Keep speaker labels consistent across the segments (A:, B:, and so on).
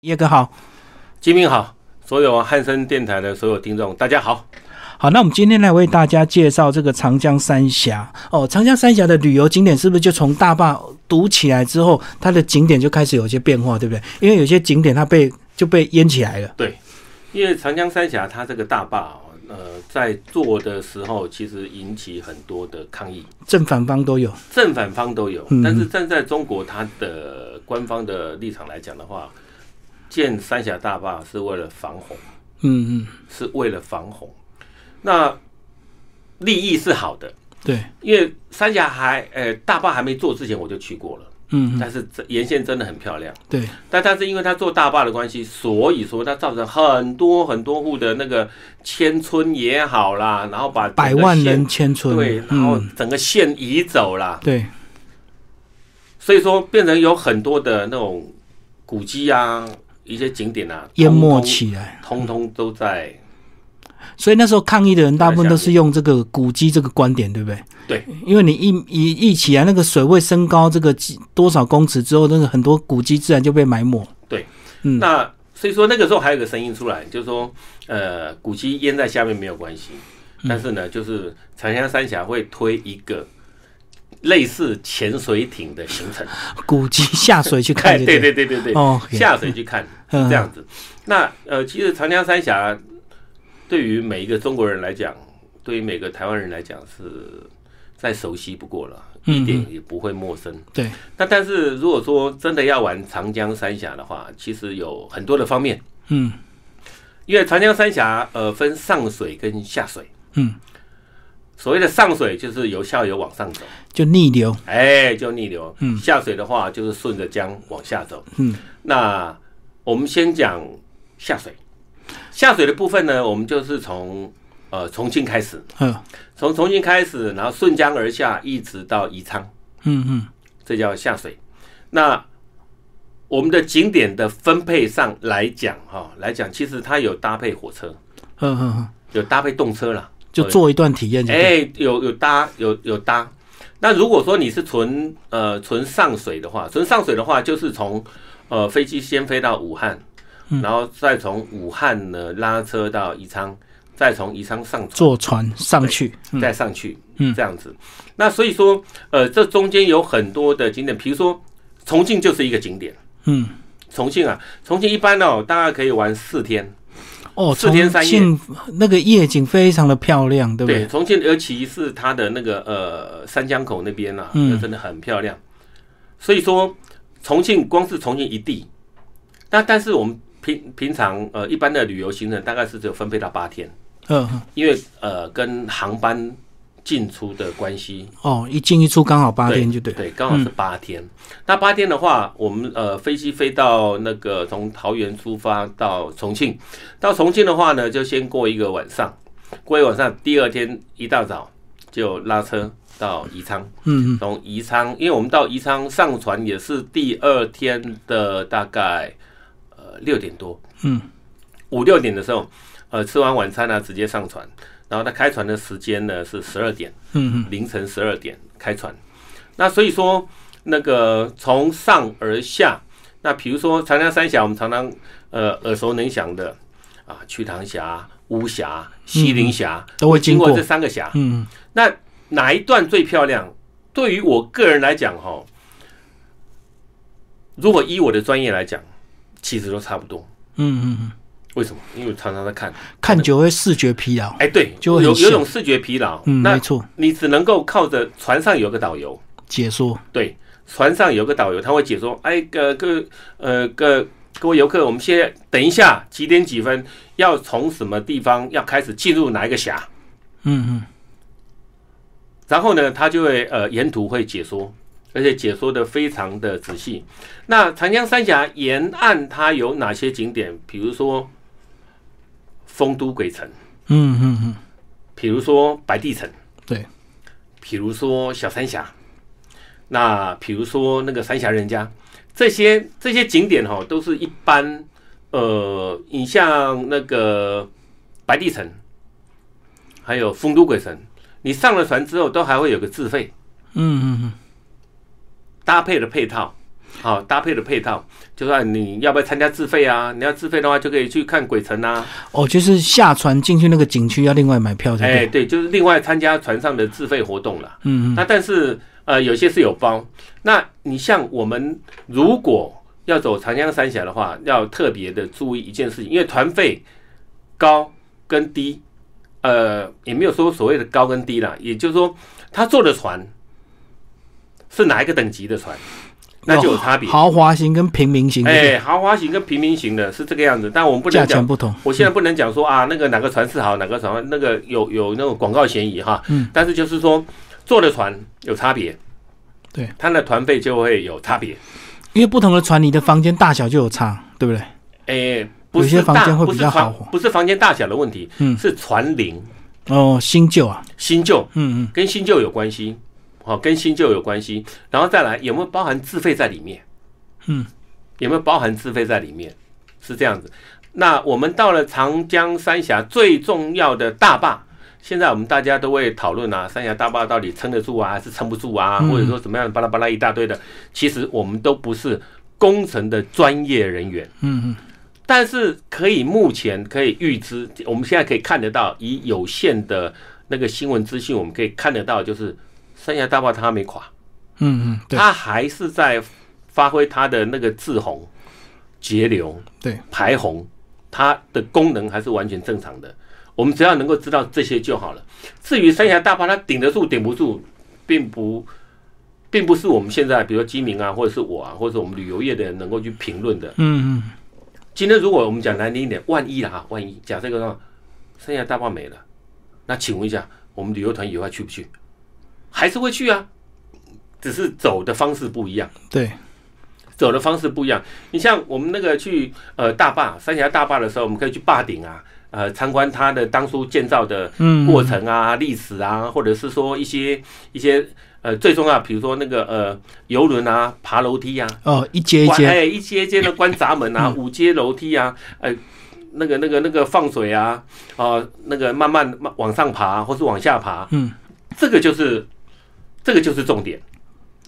A: 叶哥好，
B: 金明好，所有汉森电台的所有听众，大家好。
A: 好，那我们今天来为大家介绍这个长江三峡哦。长江三峡的旅游景点是不是就从大坝堵起来之后，它的景点就开始有一些变化，对不对？因为有些景点它被就被淹起来了。
B: 因为长江三峡它这个大坝、哦，呃，在做的时候其实引起很多的抗议，
A: 正反方都有，
B: 正反方都有
A: 嗯。
B: 但是站在中国它的官方的立场来讲的话，建三峡大坝是为了防洪，
A: 嗯嗯，
B: 是为了防洪。那利益是好的，
A: 对，
B: 因为三峡还，呃，大坝还没做之前我就去过了，
A: 嗯嗯，
B: 但是这沿线真的很漂亮。
A: 对，
B: 但它是因为它做大坝的关系，所以说它造成很多很多户的那个迁村也好啦，然后把整个
A: 百万
B: 县
A: 人千村，
B: 对，然后
A: 嗯，
B: 整个县移走啦，
A: 对，
B: 所以说变成有很多的那种古迹啊，一些景点啊，
A: 淹
B: 通
A: 没
B: 通，
A: 起来。
B: 通通都在
A: 所以那时候抗议的人大部分都是用这个古迹这个观点，对不对？
B: 对，
A: 因为你一一一起来，那个水位升高这个几多少公尺之后，那个很多古迹自然就被埋没。
B: 对，
A: 嗯，
B: 那所以说那个时候还有一个声音出来，就是说，呃，古迹淹在下面没有关系，
A: 嗯
B: 但是呢，就是长江三峡会推一个类似潜水艇的行程，
A: 古迹下水去看
B: 看，
A: 就
B: 哎对
A: 对
B: 对对对对，
A: 哦，
B: 下水去看
A: 嗯
B: 这样子。那呃，其实长江三峡对于每一个中国人来讲，对于每个台湾人来讲是再熟悉不过了，
A: 嗯
B: 一点也不会陌生。
A: 对，
B: 那但是如果说真的要玩长江三峡的话，其实有很多的方面。
A: 嗯
B: 因为长江三峡呃分上水跟下水，
A: 嗯，
B: 所谓的上水就是由下游往上走，
A: 就逆流，
B: 哎，就逆流；
A: 嗯
B: 下水的话就是顺着江往下走。
A: 嗯，
B: 那我们先讲下水，下水的部分呢，我们就是从呃重庆开始，
A: 嗯
B: 从重庆开始，然后顺江而下，一直到宜昌，
A: 嗯嗯，
B: 这叫下水。那我们的景点的分配上来讲，哈、来讲，其实它有搭配火车，
A: 嗯嗯嗯，
B: 有搭配动车啦。
A: 就做一段体验就
B: 哎、
A: 对，
B: 有有搭有有搭。那如果说你是纯呃纯上水的话，纯上水的话就是从呃飞机先飞到武汉，
A: 嗯
B: 然后再从武汉呢拉车到宜昌，再从宜昌上船，
A: 坐船上去，嗯
B: 再上去，
A: 嗯
B: 这样子。那所以说，呃，这中间有很多的景点，比如说重庆就是一个景点。
A: 嗯，
B: 重庆啊，重庆一般哦，大概可以玩四天。
A: 哦，
B: 四天三夜
A: 重庆那个夜景非常的漂亮，对不对？
B: 重庆尤其是它的那个呃三江口那边啊，
A: 嗯
B: 那真的很漂亮。所以说，重庆光是重庆一地，那但是我们平平常呃一般的旅游行程大概是只有分配到八天，
A: 嗯，嗯
B: 因为呃跟航班进出的关系，
A: 哦，一进一出刚好八天就对，嗯
B: 对，刚好是八天。那八天的话，我们呃飞机飞到那个从桃园出发到重庆，到重庆的话呢，就先过一个晚上，过一个晚上，第二天一大早就拉车到宜昌，
A: 嗯嗯，
B: 从宜昌，因为我们到宜昌上船也是第二天的大概呃六点多，
A: 嗯，
B: 五六点的时候，呃吃完晚餐呢、直接上船，然后他开船的时间呢是十二点。
A: 嗯嗯，
B: 凌晨十二点开船。那所以说，那个从上而下，那比如说长江三峡，我们常常呃耳熟能详的啊，瞿塘峡、巫峡、西陵峡，
A: 都会嗯经
B: 经过
A: 过
B: 这，三个峡，
A: 嗯，
B: 那哪一段最漂亮？对于我个人来讲，哈，如果依我的专业来讲，其实都差不多。
A: 嗯嗯嗯，
B: 为什么？因为我常常在看，
A: 看久会视觉疲劳，
B: 哎，对，
A: 就
B: 有
A: 很像
B: 有种视觉疲劳。
A: 嗯，没
B: 那
A: 错，
B: 你只能够靠着船上有个导游，
A: 解说，
B: 对，船上有个导游，他会解说，哎，各各呃各各位游客，我们现在等一下几点几分要从什么地方要开始进入哪一个峡，
A: 嗯
B: 然后呢，他就会呃沿途会解说，而且解说的非常的仔细。那长江三峡沿岸它有哪些景点？比如说丰都鬼城，
A: 嗯嗯嗯嗯，
B: 比如说白帝城，
A: 对，
B: 比如说小三峡，那比如说那个三峡人家，这些这些景点哈、都是一般呃，你像那个白帝城，还有丰都鬼城，你上了船之后都还会有个自费
A: 嗯嗯嗯，
B: 搭配的配套，好、搭配的配套，就算你要不要参加自费啊？你要自费的话，就可以去看鬼城啊。
A: 哦，就是下船进去那个景区要另外买票，对不
B: 哎，
A: 对？
B: 对，就是另外参加船上的自费活动啦。
A: 嗯嗯
B: 那但是呃，有些是有包。那你像我们如果要走长江三峡的话，要特别的注意一件事情，因为团费高跟低，呃，也没有说所谓的高跟低啦，也就是说他坐的船是哪一个等级的船，那就有差别。
A: 豪华型跟平民型，对不对
B: 哎，豪华型跟平民型的是这个样子，但我们不
A: 价
B: 能讲
A: 钱不同。
B: 我现在不能讲说啊，那个哪个船是好，哪个船那个有有那种广告嫌疑哈。
A: 嗯。
B: 但是就是说，坐的船有差别。
A: 对。
B: 它的团费就会有差别。
A: 因为不同的船，你的房间大小就有差，对不对？
B: 诶、不
A: 有
B: 是
A: 些房
B: 大，
A: 间会
B: 不
A: 比
B: 是
A: 较豪
B: 船
A: 华，
B: 不是房间大小的问题，
A: 嗯
B: 是船龄、
A: 哦，新旧啊，
B: 新旧
A: 嗯嗯，
B: 跟新旧有关系，好、跟新旧有关系。然后再来，有没有包含自费在里面？
A: 嗯，
B: 有没有包含自费在里面？是这样子。那我们到了长江三峡最重要的大坝，现在我们大家都会讨论啊，三峡大坝到底撑得住啊，还是撑不住啊，
A: 嗯
B: 或者说怎么样，巴拉巴拉一大堆的。其实我们都不是工程的专业人员，
A: 嗯
B: 但是可以目前可以预知，我们现在可以看得到，以有限的那个新闻资讯，我们可以看得到，就是三峡大坝它没垮，
A: 嗯嗯嗯，对，
B: 它还是在发挥它的那个制洪、截流、
A: 对
B: 排洪，它的功能还是完全正常的。我们只要能够知道这些就好了。至于三峡大坝它顶得住顶不住，并不。并不是我们现在，比如说基民啊，或者是我啊，或者是我们旅游业的人能够去评论的。
A: 嗯嗯，
B: 今天如果我们讲难听一点，万一啦，万一假设一个状况，剩下大坝没了，那请问一下，我们旅游团以后还去不去？还是会去啊，只是走的方式不一样，
A: 对，
B: 走的方式不一样。你像我们那个去呃大坝三峡大坝的时候，我们可以去坝顶啊，呃参观它的当初建造的
A: 嗯，
B: 过程啊、历史啊，或者是说一些一些呃最重要，比如说那个呃游轮啊、爬楼梯啊，
A: 哦，一阶一
B: 关
A: 阶，
B: 哎，一阶一阶的关闸门啊，五阶楼梯啊，呃，那个那个那个放水啊，啊、那个慢慢慢往上爬或是往下爬，
A: 嗯，
B: 这个就是这个就是重点。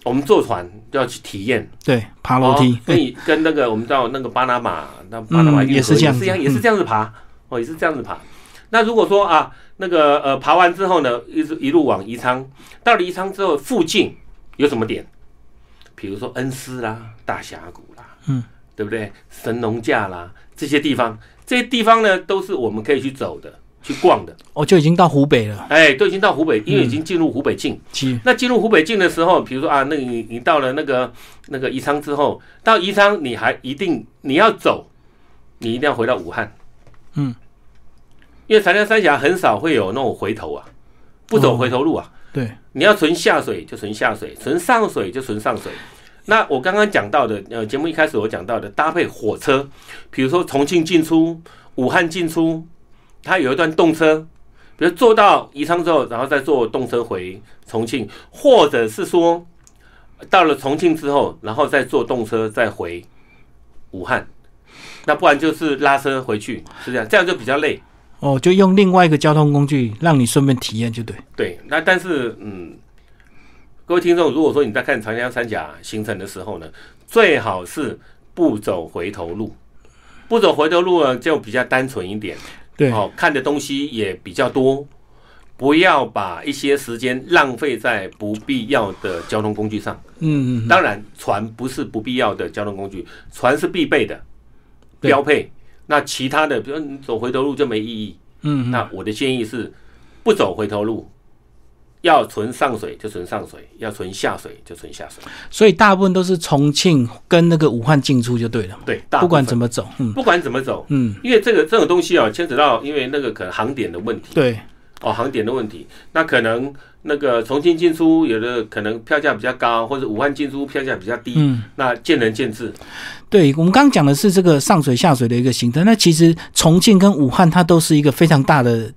B: 我们坐船就要去体验
A: 对，爬楼梯哎
B: 哦，跟你跟那个我们到那个巴拿马，那巴拿
A: 嗯
B: 马运河
A: 也是这样
B: 也
A: 子
B: 是也是这样子爬，哦，也是这样子爬。那如果说啊，那个呃，爬完之后呢，一直一路往宜昌，到了宜昌之后，附近有什么点？比如说恩施啦、大峡谷啦，
A: 嗯，
B: 对不对？神农架啦，这些地方，这些地方呢，都是我们可以去走的、去逛的。
A: 哦，就已经到湖北了，
B: 哎，都已经到湖北，因为已经进入湖北境。
A: 其实
B: 那进入湖北境的时候，比如说啊，那个你你到了那个那个宜昌之后，到宜昌你还一定你要走，你一定要回到武汉，
A: 嗯，
B: 因为长江三峡很少会有那种回头啊，不走回头路啊，
A: 对，
B: 你要存下水就存下水，存上水就存上水。那我刚刚讲到的，呃，节目一开始我讲到的搭配火车，比如说重庆进出、武汉进出，它有一段动车，比如坐到宜昌之后，然后再坐动车回重庆，或者是说到了重庆之后，然后再坐动车再回武汉，那不然就是拉车回去，是这样，这样就比较累。
A: 哦，就用另外一个交通工具让你顺便体验，就对，
B: 对，那但是嗯，各位听众，如果说你在看长江三峡行程的时候呢，最好是不走回头路。不走回头路呢，就比较单纯一点，
A: 对，
B: 哦，看的东西也比较多，不要把一些时间浪费在不必要的交通工具上。
A: 嗯嗯嗯，
B: 当然，船不是不必要的交通工具，船是必备的
A: 对
B: 标配。那其他的，比如你走回头路就没意义。
A: 嗯嗯
B: 那我的建议是，不走回头路，要存上水就存上水，要存下水就存下水。
A: 所以大部分都是重庆跟那个武汉进出就对了，
B: 对，大
A: 不管
B: 部分
A: 怎么走，嗯
B: 不管怎么走，
A: 嗯，
B: 因为这个这种东西啊，牵扯到因为那个可能航点的问题
A: 对，
B: 哦，航点的问题，那可能那个重庆进出有的可能票价比较高，或者武汉进出票价比较低，
A: 嗯。
B: 那见仁见智。
A: 对，我们刚刚讲的是这个上水下水的一个行程。那其实重庆跟武汉它都是一个非常大的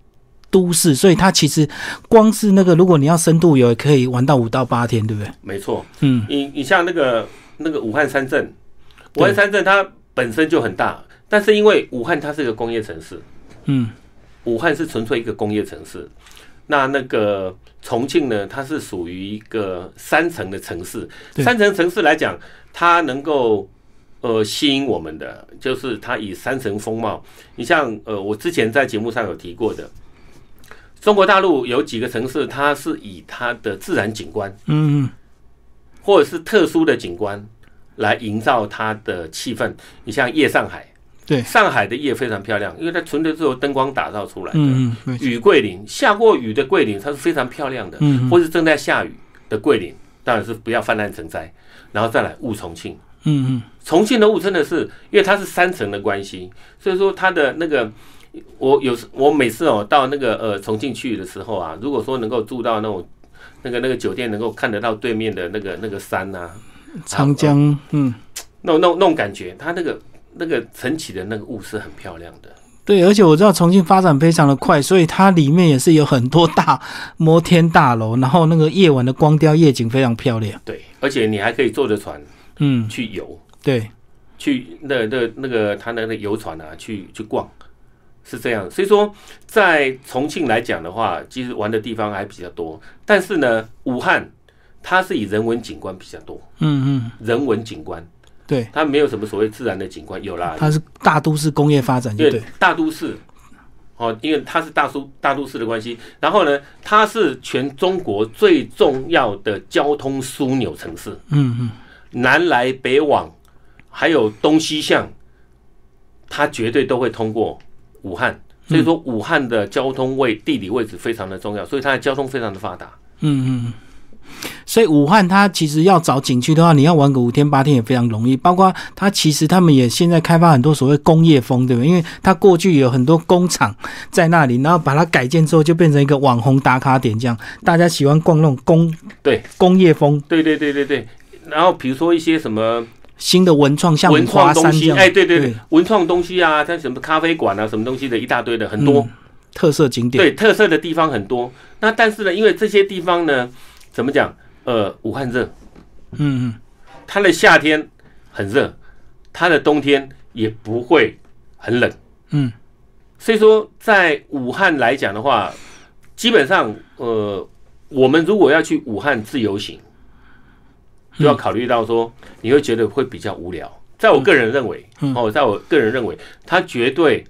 A: 都市，所以它其实光是那个，如果你要深度游，也可以玩到五到八天，对不对？
B: 没错，
A: 嗯，
B: 你你像那个那个武汉三镇，武
A: 对
B: 汉三镇它本身就很大，但是因为武汉它是一个工业城市。
A: 嗯，
B: 武汉是纯粹一个工业城市，那那个重庆呢，它是属于一个三层的城市。
A: 对
B: 三层城市来讲，它能够呃吸引我们的，就是它以山神风貌。你像呃，我之前在节目上有提过的，中国大陆有几个城市，它是以它的自然景观
A: 嗯，
B: 或者是特殊的景观来营造它的气氛。你像夜上海，
A: 对
B: 上海的夜非常漂亮，因为它纯粹是由灯光打造出来的。
A: 嗯嗯，没错
B: 雨桂林，下过雨的桂林，它是非常漂亮的，
A: 嗯
B: 或是正在下雨的桂林，当然是不要泛滥成灾。然后再来雾重庆，
A: 嗯嗯，
B: 重庆的雾真的是因为它是三层的关系，所以说它的那个，我有时我每次哦到那个呃重庆去的时候啊，如果说能够住到那种那个那个酒店，能够看得到对面的那个那个山啊呐、
A: 长江，嗯，
B: 那种那种那种感觉，它那个那个晨起的那个雾是很漂亮的。
A: 对，而且我知道重庆发展非常的快，所以它里面也是有很多大摩天大楼，然后那个夜晚的光雕夜景非常漂亮。
B: 对，而且你还可以坐着船
A: 嗯，
B: 去游，
A: 对，
B: 去那那那个他那个游船啊，去去逛，是这样。所以说，在重庆来讲的话，其实玩的地方还比较多，但是呢，武汉它是以人文景观比较多，
A: 嗯嗯，
B: 人文景观
A: 对，
B: 它没有什么所谓自然的景观，有啦，
A: 它是大都市工业发展，
B: 因
A: 嗯就对
B: 为。大都市。哦，因为它是大都大都市的关系，然后呢，它是全中国最重要的交通枢纽城市。
A: 嗯嗯，
B: 南来北往，还有东西向，它绝对都会通过武汉。所以说，武汉的交通位地理位置非常的重要，所以它的交通非常的发达。
A: 嗯嗯，所以武汉它其实要找景区的话，你要玩个五天八天也非常容易。包括它其实他们也现在开发很多所谓工业风，对不对？因为它过去有很多工厂在那里，然后把它改建之后就变成一个网红打卡点，这样大家喜欢逛那种工
B: 对
A: 工业风
B: 对对对对对。然后比如说一些什么
A: 新的文创，像
B: 文
A: 华
B: 创东
A: 山这
B: 西，
A: 样，
B: 哎，对对
A: 对
B: 对，文创东西啊，像什么咖啡馆啊，什么东西的一大堆的，很多。
A: 嗯特色景点。
B: 对特色的地方很多。那但是呢，因为这些地方呢，怎么讲？呃，武汉热，
A: 嗯嗯，
B: 它的夏天很热，它的冬天也不会很冷。
A: 嗯，
B: 所以说在武汉来讲的话，基本上呃，我们如果要去武汉自由行，
A: 嗯
B: 就要考虑到说，你会觉得会比较无聊。在我个人认为，
A: 嗯
B: 哦，在我个人认为，它绝对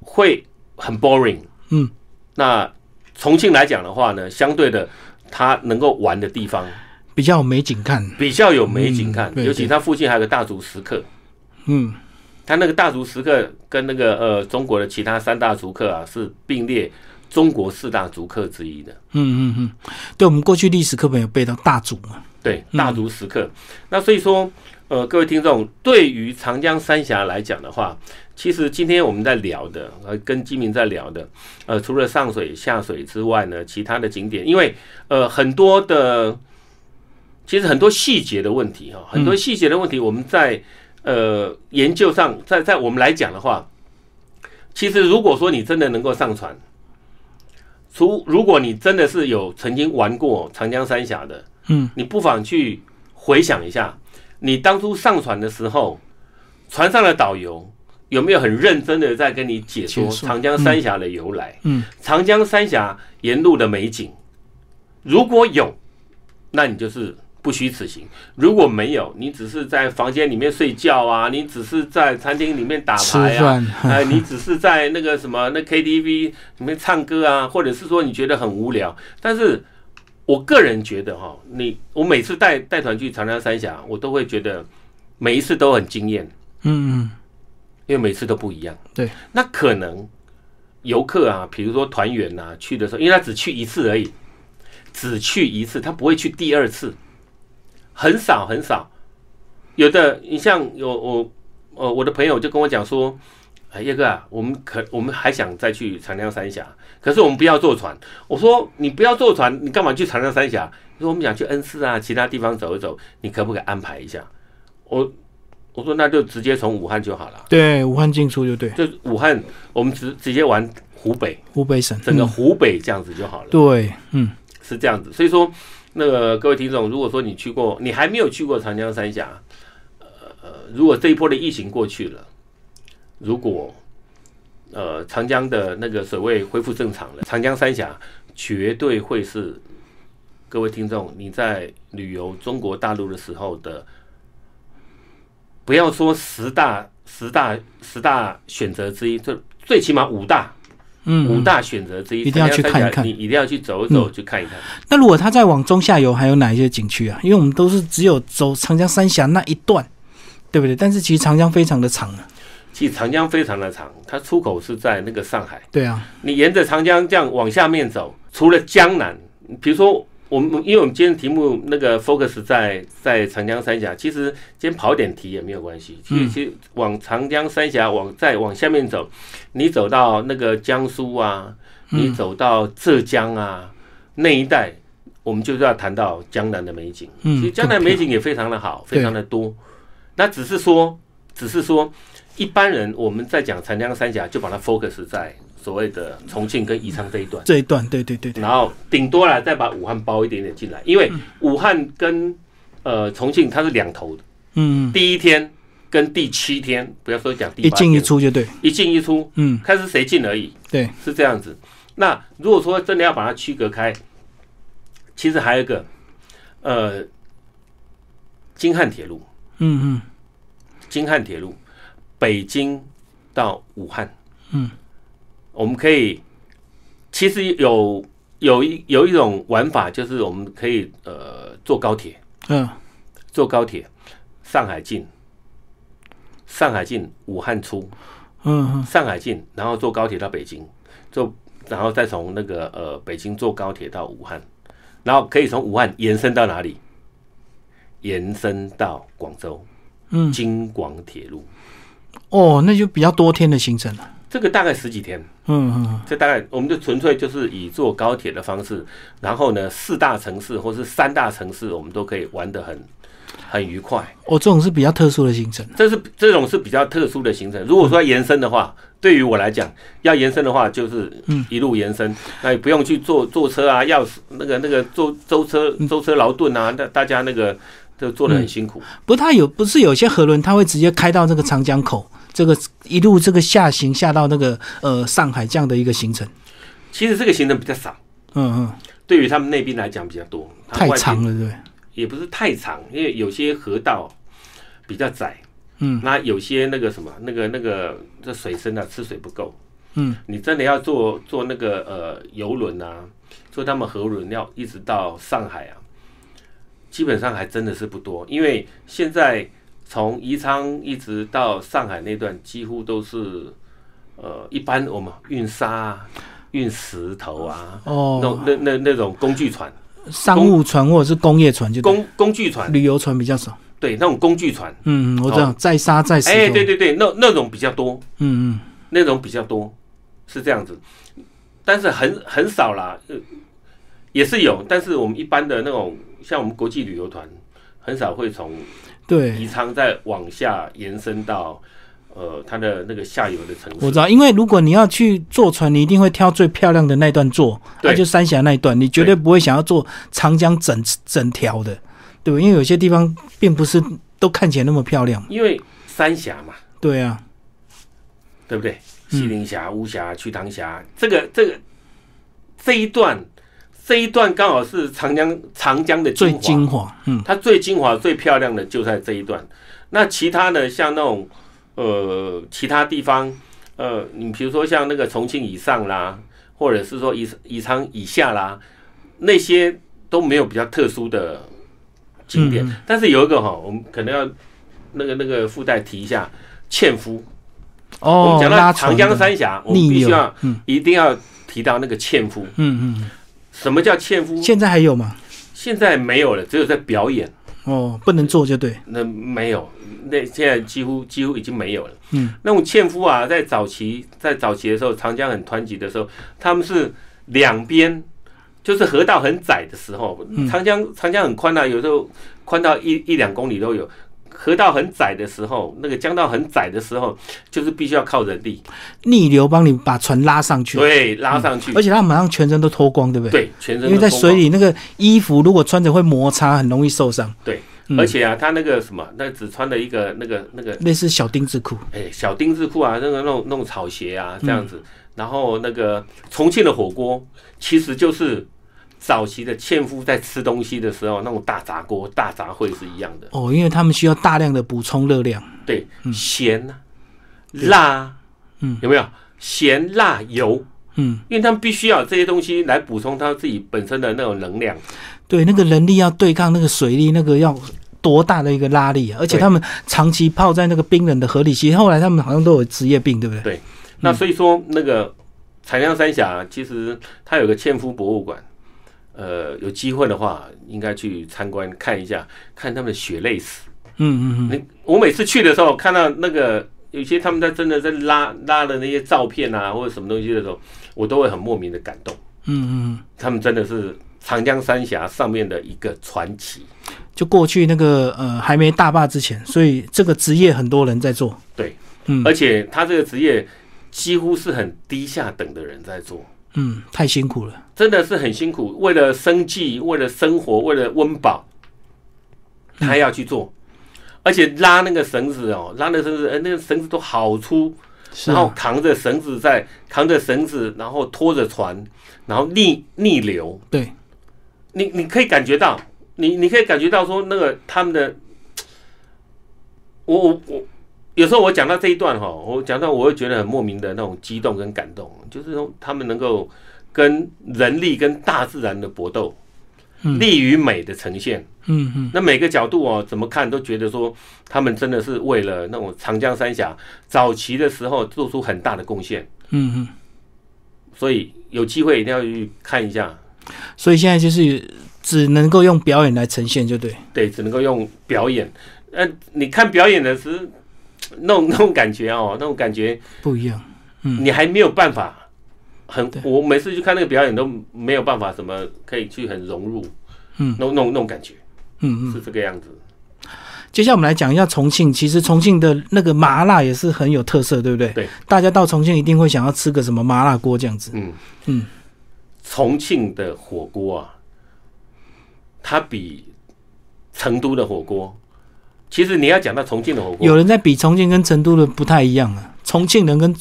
B: 会很 boring。
A: 嗯，
B: 那重庆来讲的话呢，相对的，它能够玩的地方
A: 比较有美景看。
B: 比较有美景看，
A: 嗯对
B: 尤其它附近还有个大足石刻，
A: 嗯
B: 它那个大足石刻跟那个呃中国的其他三大足刻啊是并列中国四大足刻之一的。
A: 嗯嗯嗯，对我们过去历史课本有背到大主嘛。
B: 对，
A: 嗯
B: 大足石刻。那所以说，呃，各位听众，对于长江三峡来讲的话，其实今天我们在聊的，呃，跟金明在聊的，呃，除了上水、下水之外呢，其他的景点，因为呃，很多的，其实很多细节的问题哈、很多细节的问题，我们在呃研究上，在在我们来讲的话，其实如果说你真的能够上传。除如果你真的是有曾经玩过长江三峡的，
A: 嗯
B: 你不妨去回想一下，你当初上船的时候，船上的导游有没有很认真的在跟你解说
A: 解说
B: 长江三峡的由来，
A: 嗯，
B: 长江三峡沿路的美景？如果有，那你就是不虚此行；如果没有，你只是在房间里面睡觉啊，你只是在餐厅里面打
A: 吃
B: 牌啊，
A: 饭。
B: 哎，你只是在那个什么那 KTV 里面唱歌啊，或者是说你觉得很无聊。但是我个人觉得哈、你我每次带带团去长江三峡，我都会觉得每一次都很惊艳，
A: 嗯嗯
B: 因为每次都不一样。
A: 对，
B: 那可能游客啊，比如说团员呐、去的时候，因为他只去一次而已，只去一次，他不会去第二次，很少很少。有的，你像有我，呃，我的朋友就跟我讲说，哎，叶哥啊，我们可我们还想再去长江三峡，可是我们不要坐船。我说你不要坐船，你干嘛去长江三峡？他说我们想去恩施啊，其他地方走一走，你可不可以安排一下？我我说那就直接从武汉就好了。
A: 对，武汉进出就对，
B: 就武汉，我们直直接玩湖北，
A: 湖北省
B: 整个
A: 嗯
B: 湖北这样子就好了，
A: 对，嗯
B: 是这样子。所以说，那个各位听众，如果说你去过，你还没有去过长江三峡，呃，如果这一波的疫情过去了，如果呃长江的那个水位恢复正常了，长江三峡绝对会是各位听众你在旅游中国大陆的时候的不要说十大、十大、十大选择之一，最最起码五大、
A: 嗯，
B: 五大选择之一，
A: 一定要去
B: 三峡
A: 看一看
B: 你一定要去走一走，去看一看。
A: 那如果他再往中下游，还有哪一些景区啊？因为我们都是只有走长江三峡那一段，对不对？但是其实长江非常的长啊。
B: 其实长江非常的长，它出口是在那个上海。
A: 对啊，
B: 你沿着长江这样往下面走，除了江南，比如说我们，因为我们今天题目那个 focus 在在长江三峡，其实今天跑点题也没有关系。其实
A: 嗯
B: 其实往长江三峡往再往下面走，你走到那个江苏啊，你走到浙江啊那一带，我们就是要谈到江南的美景。
A: 嗯，
B: 其实江南美景也非常的好，非常的多。那只是说，只是说，一般人我们在讲长江三峡，就把它 focus 在所谓的重庆跟宜昌这一段，
A: 这一段，对对对对，
B: 然后顶多了再把武汉包一点点进来，因为
A: 嗯
B: 武汉跟呃重庆它是两头的，
A: 嗯，嗯
B: 第一天跟第七天，不要说讲第
A: 一
B: 八
A: 进
B: 天
A: 一，出就对，
B: 一进一出，
A: 嗯，
B: 看是谁进而已。
A: 对，
B: 是这样子。那如果说真的要把它区隔开，其实还有一个，呃，京汉铁路，
A: 嗯嗯
B: 京汉铁路，北京到武汉，
A: 嗯，
B: 我们可以，其实有有一有一种玩法，就是我们可以呃坐高铁，
A: 嗯，
B: 坐高铁，上海进，上海进，武汉出，
A: 嗯嗯，
B: 上海进，然后坐高铁到北京，坐然后再从那个呃北京坐高铁到武汉，然后可以从武汉延伸到哪里？延伸到广州，
A: 嗯
B: 京广铁路，
A: 哦，那就比较多天的行程了。
B: 这个大概十几天，
A: 嗯嗯嗯，
B: 这大概我们就纯粹就是以坐高铁的方式，然后呢四大城市或是三大城市，我们都可以玩得很很愉快。
A: 哦，这种是比较特殊的行程。
B: 这是这种是比较特殊的行程。如果说要延伸的话，对于我来讲，要延伸的话就是
A: 嗯
B: 一路延伸，那也不用去坐坐车啊，要那个那个坐舟车
A: 嗯
B: 舟车劳顿啊，那大家那个都做的很辛苦。
A: 不太有，不是有些河轮它会直接开到这个长江口，这个一路这个下行下到那个呃上海这样的一个行程。
B: 其实这个行程比较少，
A: 嗯嗯，
B: 对于他们内滨来讲比较多，它
A: 太
B: 外边
A: 长了，对不对？
B: 也不是太长，因为有些河道比较窄，
A: 嗯
B: 那有些那个什么那个那个这水深啊，吃水不够。
A: 嗯
B: 你真的要坐坐那个呃游轮啊，坐他们河轮要一直到上海啊，基本上还真的是不多，因为现在从宜昌一直到上海那段几乎都是呃一般我们运沙、啊、运石头啊，
A: 哦，
B: 那那那那种工具船、
A: 商务船或者是工业船就对
B: 工工具船，
A: 旅游船比较少。
B: 对那种工具船，
A: 嗯，嗯，我知道，载沙载石头。
B: 哎，对对对，那那种比较多，
A: 嗯嗯
B: 那种比较多，是这样子，但是很很少啦、呃，也是有，但是我们一般的那种，像我们国际旅游团，很少会从宜
A: 嗯对，
B: 昌再往下延伸到呃它的那个下游的城
A: 我知
B: 市。
A: 道，因为如果你要去坐船，你一定会挑最漂亮的那段坐，那、
B: 对
A: 就三峡那一段，你绝对
B: 对
A: 不会想要坐长江整整条的，对吧？因为有些地方并不是都看起来那么漂亮。
B: 因为三峡嘛，
A: 对啊，
B: 对不对？
A: 嗯
B: 西陵峡、巫峡、瞿塘峡，这个这个这一段这一段刚好是长江长江的
A: 最
B: 精华
A: 精华，嗯
B: 它最精华、最漂亮的就在这一段。那其他的像那种呃其他地方，呃，你比如说像那个重庆以上啦，或者是说宜宜昌以下啦，那些都没有比较特殊的景点。
A: 嗯嗯
B: 但是有一个哈，我们可能要那个那个附带提一下，纤夫。我
A: 哦
B: 们，讲
A: 拉
B: 到
A: 船
B: 长
A: 的
B: 江三峡，我们
A: 逆
B: 必须
A: 流
B: 要，
A: 嗯
B: 一定要提到那个纤夫。
A: 嗯嗯
B: 什么叫纤夫
A: 嗯，？现在还有吗？
B: 现在没有了，只有在表演。
A: 哦，不能做就对，
B: 那没有，那现在几乎几乎已经没有了。
A: 嗯，
B: 那种纤夫啊，在早期在早期的时候，长江很湍急的时候，他们是两边就是河道很窄的时候，
A: 嗯
B: 长江长江很宽啊，有时候宽到一一两公里都有。河道很窄的时候，那个江道很窄的时候，就是必须要靠人力，
A: 逆流帮你把船拉上去，
B: 对，拉上去，
A: 嗯而且他马上全身都脱光，对不对？
B: 对，全身
A: 因为
B: 都
A: 在
B: 风啊
A: 水
B: 光
A: 里那个衣服如果穿着会摩擦，很容易受伤，
B: 对，
A: 嗯
B: 而且啊，他那个什么，那只穿了一个那个那个
A: 类似小丁字裤。
B: 哎、小丁字裤啊，那个那种那种草鞋啊，这样子。然后那个重庆的火锅其实就是早期的纤夫在吃东西的时候，那种大杂锅、大杂烩是一样的。
A: 哦，因为他们需要大量的补充热量。
B: 对，咸啊、辣啊，
A: 嗯
B: 有没有咸辣油？
A: 嗯，
B: 因为他们必须要有这些东西来补充他自己本身的那种能量。
A: 对，那个人力要对抗那个水力，那个要多大的一个拉力啊！而且
B: 对
A: 他们长期泡在那个冰冷的河里，其实后来他们好像都有职业病，对不对？
B: 那
A: 嗯
B: 所以说，那个长江三峡其实它有个纤夫博物馆，呃，有机会的话应该去参观看一下，看他们的血泪史。
A: 嗯嗯嗯，
B: 那我每次去的时候，看到那个有些他们在真的在拉拉的那些照片啊，或者什么东西的时候，我都会很莫名的感动。
A: 嗯嗯
B: 他们真的是长江三峡上面的一个传奇。
A: 嗯，就过去那个呃还没大坝之前，所以这个职业很多人在做。
B: 对，
A: 嗯
B: 而且他这个职业几乎是很低下等的人在做，
A: 嗯，太辛苦了。
B: 真的是很辛苦，为了生计，为了生活，为了温饱，他要去做。而且拉那个绳子哦，拉那个绳子，哎，那个绳子都好粗，
A: 是
B: 然后
A: 啊，
B: 扛着绳子在扛着绳子，然后拖着船，然后逆逆流，
A: 对，
B: 你你可以感觉到，你你可以感觉到说那个他们的，我我我有时候我讲到这一段哈，我讲到我会觉得很莫名的那种激动跟感动，就是说他们能够跟人力跟大自然的搏斗，
A: 嗯
B: 力与美的呈现，
A: 嗯嗯，
B: 那每个角度哦，怎么看都觉得说他们真的是为了那种长江三峡早期的时候做出很大的贡献，
A: 嗯嗯。
B: 所以有机会一定要去看一下。
A: 所以现在就是只能够用表演来呈现，就对。
B: 对，只能够用表演。呃，你看表演的时，那种那种感觉哦，那种感觉，
A: 不一样。嗯
B: 你还没有办法很
A: 对。
B: 我每次去看那个表演都没有办法什么可以去很融入，
A: 嗯
B: 那种那种那种感觉
A: 嗯
B: 是
A: 嗯。
B: 这个样子。
A: 接下来我们来讲一下重庆，其实重庆的那个麻辣也是很有特色，对不对？
B: 对。
A: 大家到重庆一定会想要吃个什么麻辣锅这样子。
B: 嗯
A: 嗯，
B: 重庆的火锅啊，它比成都的火锅，其实你要讲到重庆的火锅，
A: 有人在比重庆跟成都人不太一样啊，重庆人跟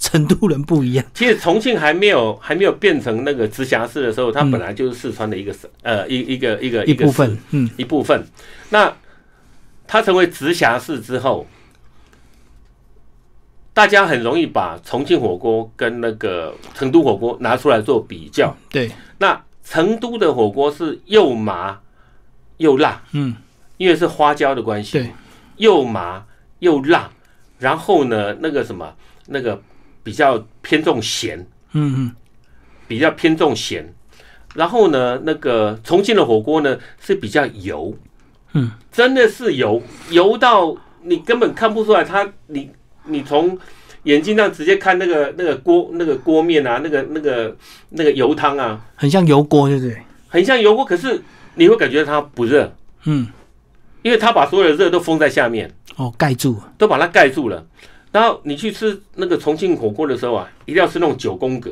A: 成都人不一样。
B: 其实重庆还没有还没有变成那个直辖市的时候，它本来就是四川的一个省，呃，一一个一个
A: 嗯一
B: 个
A: 部
B: 市
A: 分，嗯
B: 一部分。那它成为直辖市之后，大家很容易把重庆火锅跟那个成都火锅拿出来做比较。
A: 对，
B: 那成都的火锅是又麻又辣，
A: 嗯
B: 因为是花椒的关系
A: 对，
B: 又麻又辣。然后呢，那个什么，那个比较偏重咸，
A: 嗯
B: 比较偏重咸。然后呢，那个重庆的火锅呢是比较油，
A: 嗯，
B: 真的是油，油到你根本看不出来它，你你从眼睛上直接看那个那个锅那个锅面啊，那个那个那个油汤
A: 嗯，
B: 啊，
A: 很像油锅，对不对？
B: 很像油锅，可是你会感觉它不热，
A: 嗯，
B: 因为它把所有的热都封在下面，
A: 哦，盖住，
B: 都把它盖住了。然后你去吃那个重庆火锅的时候啊，一定要吃那种九宫格，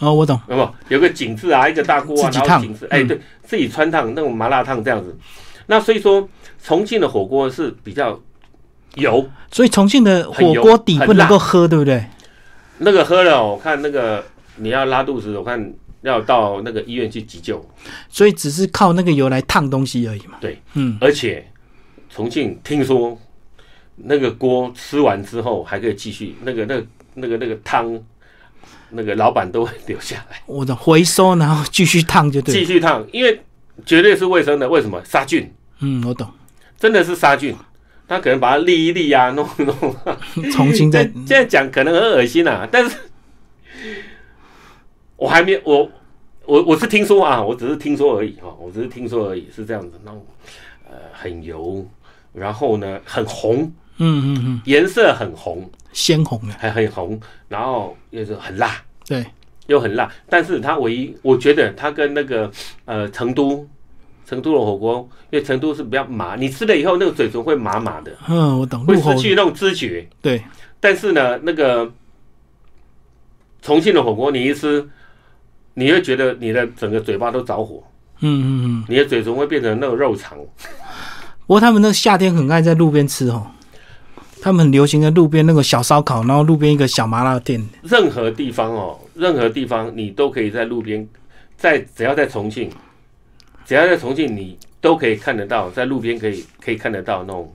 A: 哦，我懂，
B: 那么有个井字啊，一个大锅啊，
A: 自己
B: 然
A: 烫
B: 后井字，哎，
A: 嗯
B: 对自己穿烫那种麻辣烫这样子。那所以说，重庆的火锅是比较油，
A: 所以重庆的
B: 很
A: 火
B: 油
A: 锅底不
B: 很辣
A: 能够喝，对不对？
B: 那个喝了哦，我看那个你要拉肚子，我看要到那个医院去急救。
A: 所以只是靠那个油来烫东西而已嘛。
B: 对，
A: 嗯，
B: 而且重庆听说那个锅吃完之后还可以继续，那个那个那个那个汤，那个老板都会留下来
A: 我的回收，然后继续烫就对
B: 继
A: 了。
B: 续烫，因为绝对是卫生的。为什么？杀菌。
A: 嗯，我懂，
B: 真的是杀菌，他可能把它沥一沥啊， 弄一弄。
A: 重新再
B: 这现在讲可能很恶心啊，但是我还没我我我是听说啊，我只是听说而已啊，我只是听说而已，是这样子，那种呃很油，然后呢很红，
A: 嗯嗯嗯，
B: 颜色很红，
A: 鲜红了，
B: 还很红，然后又是很辣。
A: 对，
B: 又很辣，但是它唯一我觉得它跟那个呃成都成都的火锅，因为成都是比较麻，你吃了以后那个嘴唇会麻麻的，
A: 嗯，我懂，
B: 会
A: 入喉
B: 失，去那种知觉。
A: 对，
B: 但是呢，那个重庆的火锅，你一吃，你会觉得你的整个嘴巴都着火，
A: 嗯嗯嗯。
B: 你的嘴唇会变成那种肉肠。
A: 不过他们那个夏天很爱在路边吃哦，他们很流行在路边那个小烧烤，然后路边一个小麻辣店，
B: 任何地方哦，任何地方你都可以在路边，在只要在重庆，只要在重庆，你都可以看得到，在路边可以可以看得到那种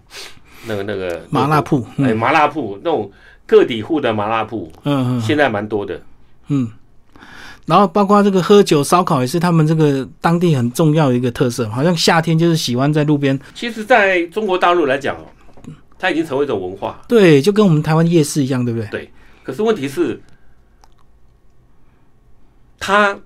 B: 那个那个
A: 麻辣铺，
B: 哎
A: 嗯
B: 麻辣铺那种个体户的麻辣铺，
A: 嗯嗯
B: 现在蛮多的。
A: 嗯，然后包括这个喝酒、烧烤也是他们这个当地很重要的一个特色，好像夏天就是喜欢在路边，
B: 其实，在中国大陆来讲哦，它已经成为一种文化。
A: 对，就跟我们台湾夜市一样，对不对？
B: 可是问题是，它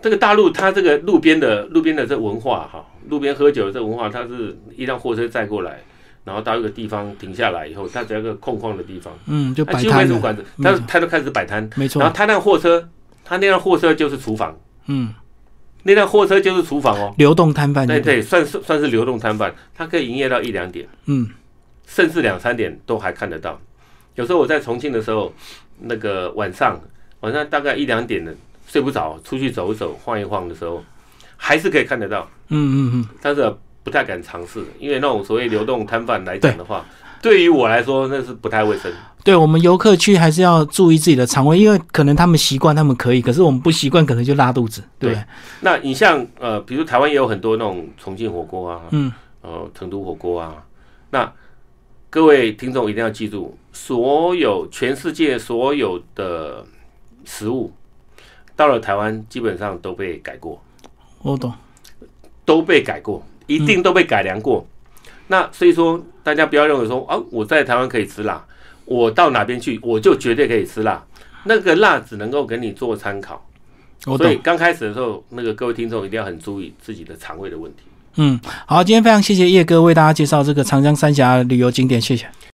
B: 这个大陆，它这个路边的路边的这文化哈，路边喝酒的这文化，它是一辆货车载过来，然后到一个地方停下来以后，它只要一个空旷的地方，啊
A: 嗯，就
B: 它
A: 摆
B: 几乎没
A: 摊
B: 什么
A: 了，嗯
B: 管子，
A: 没
B: 它
A: 错
B: 它就开始摆摊。
A: 没错
B: 然，后它那辆货车，它那辆货车就是厨房，
A: 嗯，
B: 那辆货车就是厨房哦。
A: 流动摊贩，
B: 对
A: 对，
B: 对，算是算是流动摊贩，它可以营业到一两点。
A: 嗯
B: 甚至两三点都还看得到。有时候我在重庆的时候，那个晚上晚上大概一两点的睡不着，出去走一走、晃一晃的时候，还是可以看得到，
A: 嗯嗯
B: 但是不太敢尝试，因为那种所谓流动摊贩来讲的话，对于我来说那是不太卫生。
A: 嗯，对我们游客去还是要注意自己的肠胃，因为可能他们习惯，他们可以，可是我们不习惯，可能就拉肚子，对不对？
B: 那你像呃，比如台湾也有很多那种重庆火锅啊，
A: 嗯，
B: 呃，成都火锅啊，那各位听众一定要记住，所有全世界所有的食物到了台湾基本上都被改过，
A: 我懂，
B: 都被改过，一定都被改良过。那所以说，大家不要认为说啊，我在台湾可以吃辣，我到哪边去我就绝对可以吃辣，那个辣只能够给你做参考。
A: 我
B: 所以
A: 懂，
B: 刚开始的时候，那个各位听众一定要很注意自己的肠胃的问题。
A: 嗯，好，今天非常谢谢叶哥为大家介绍这个长江三峡旅游景点，谢谢。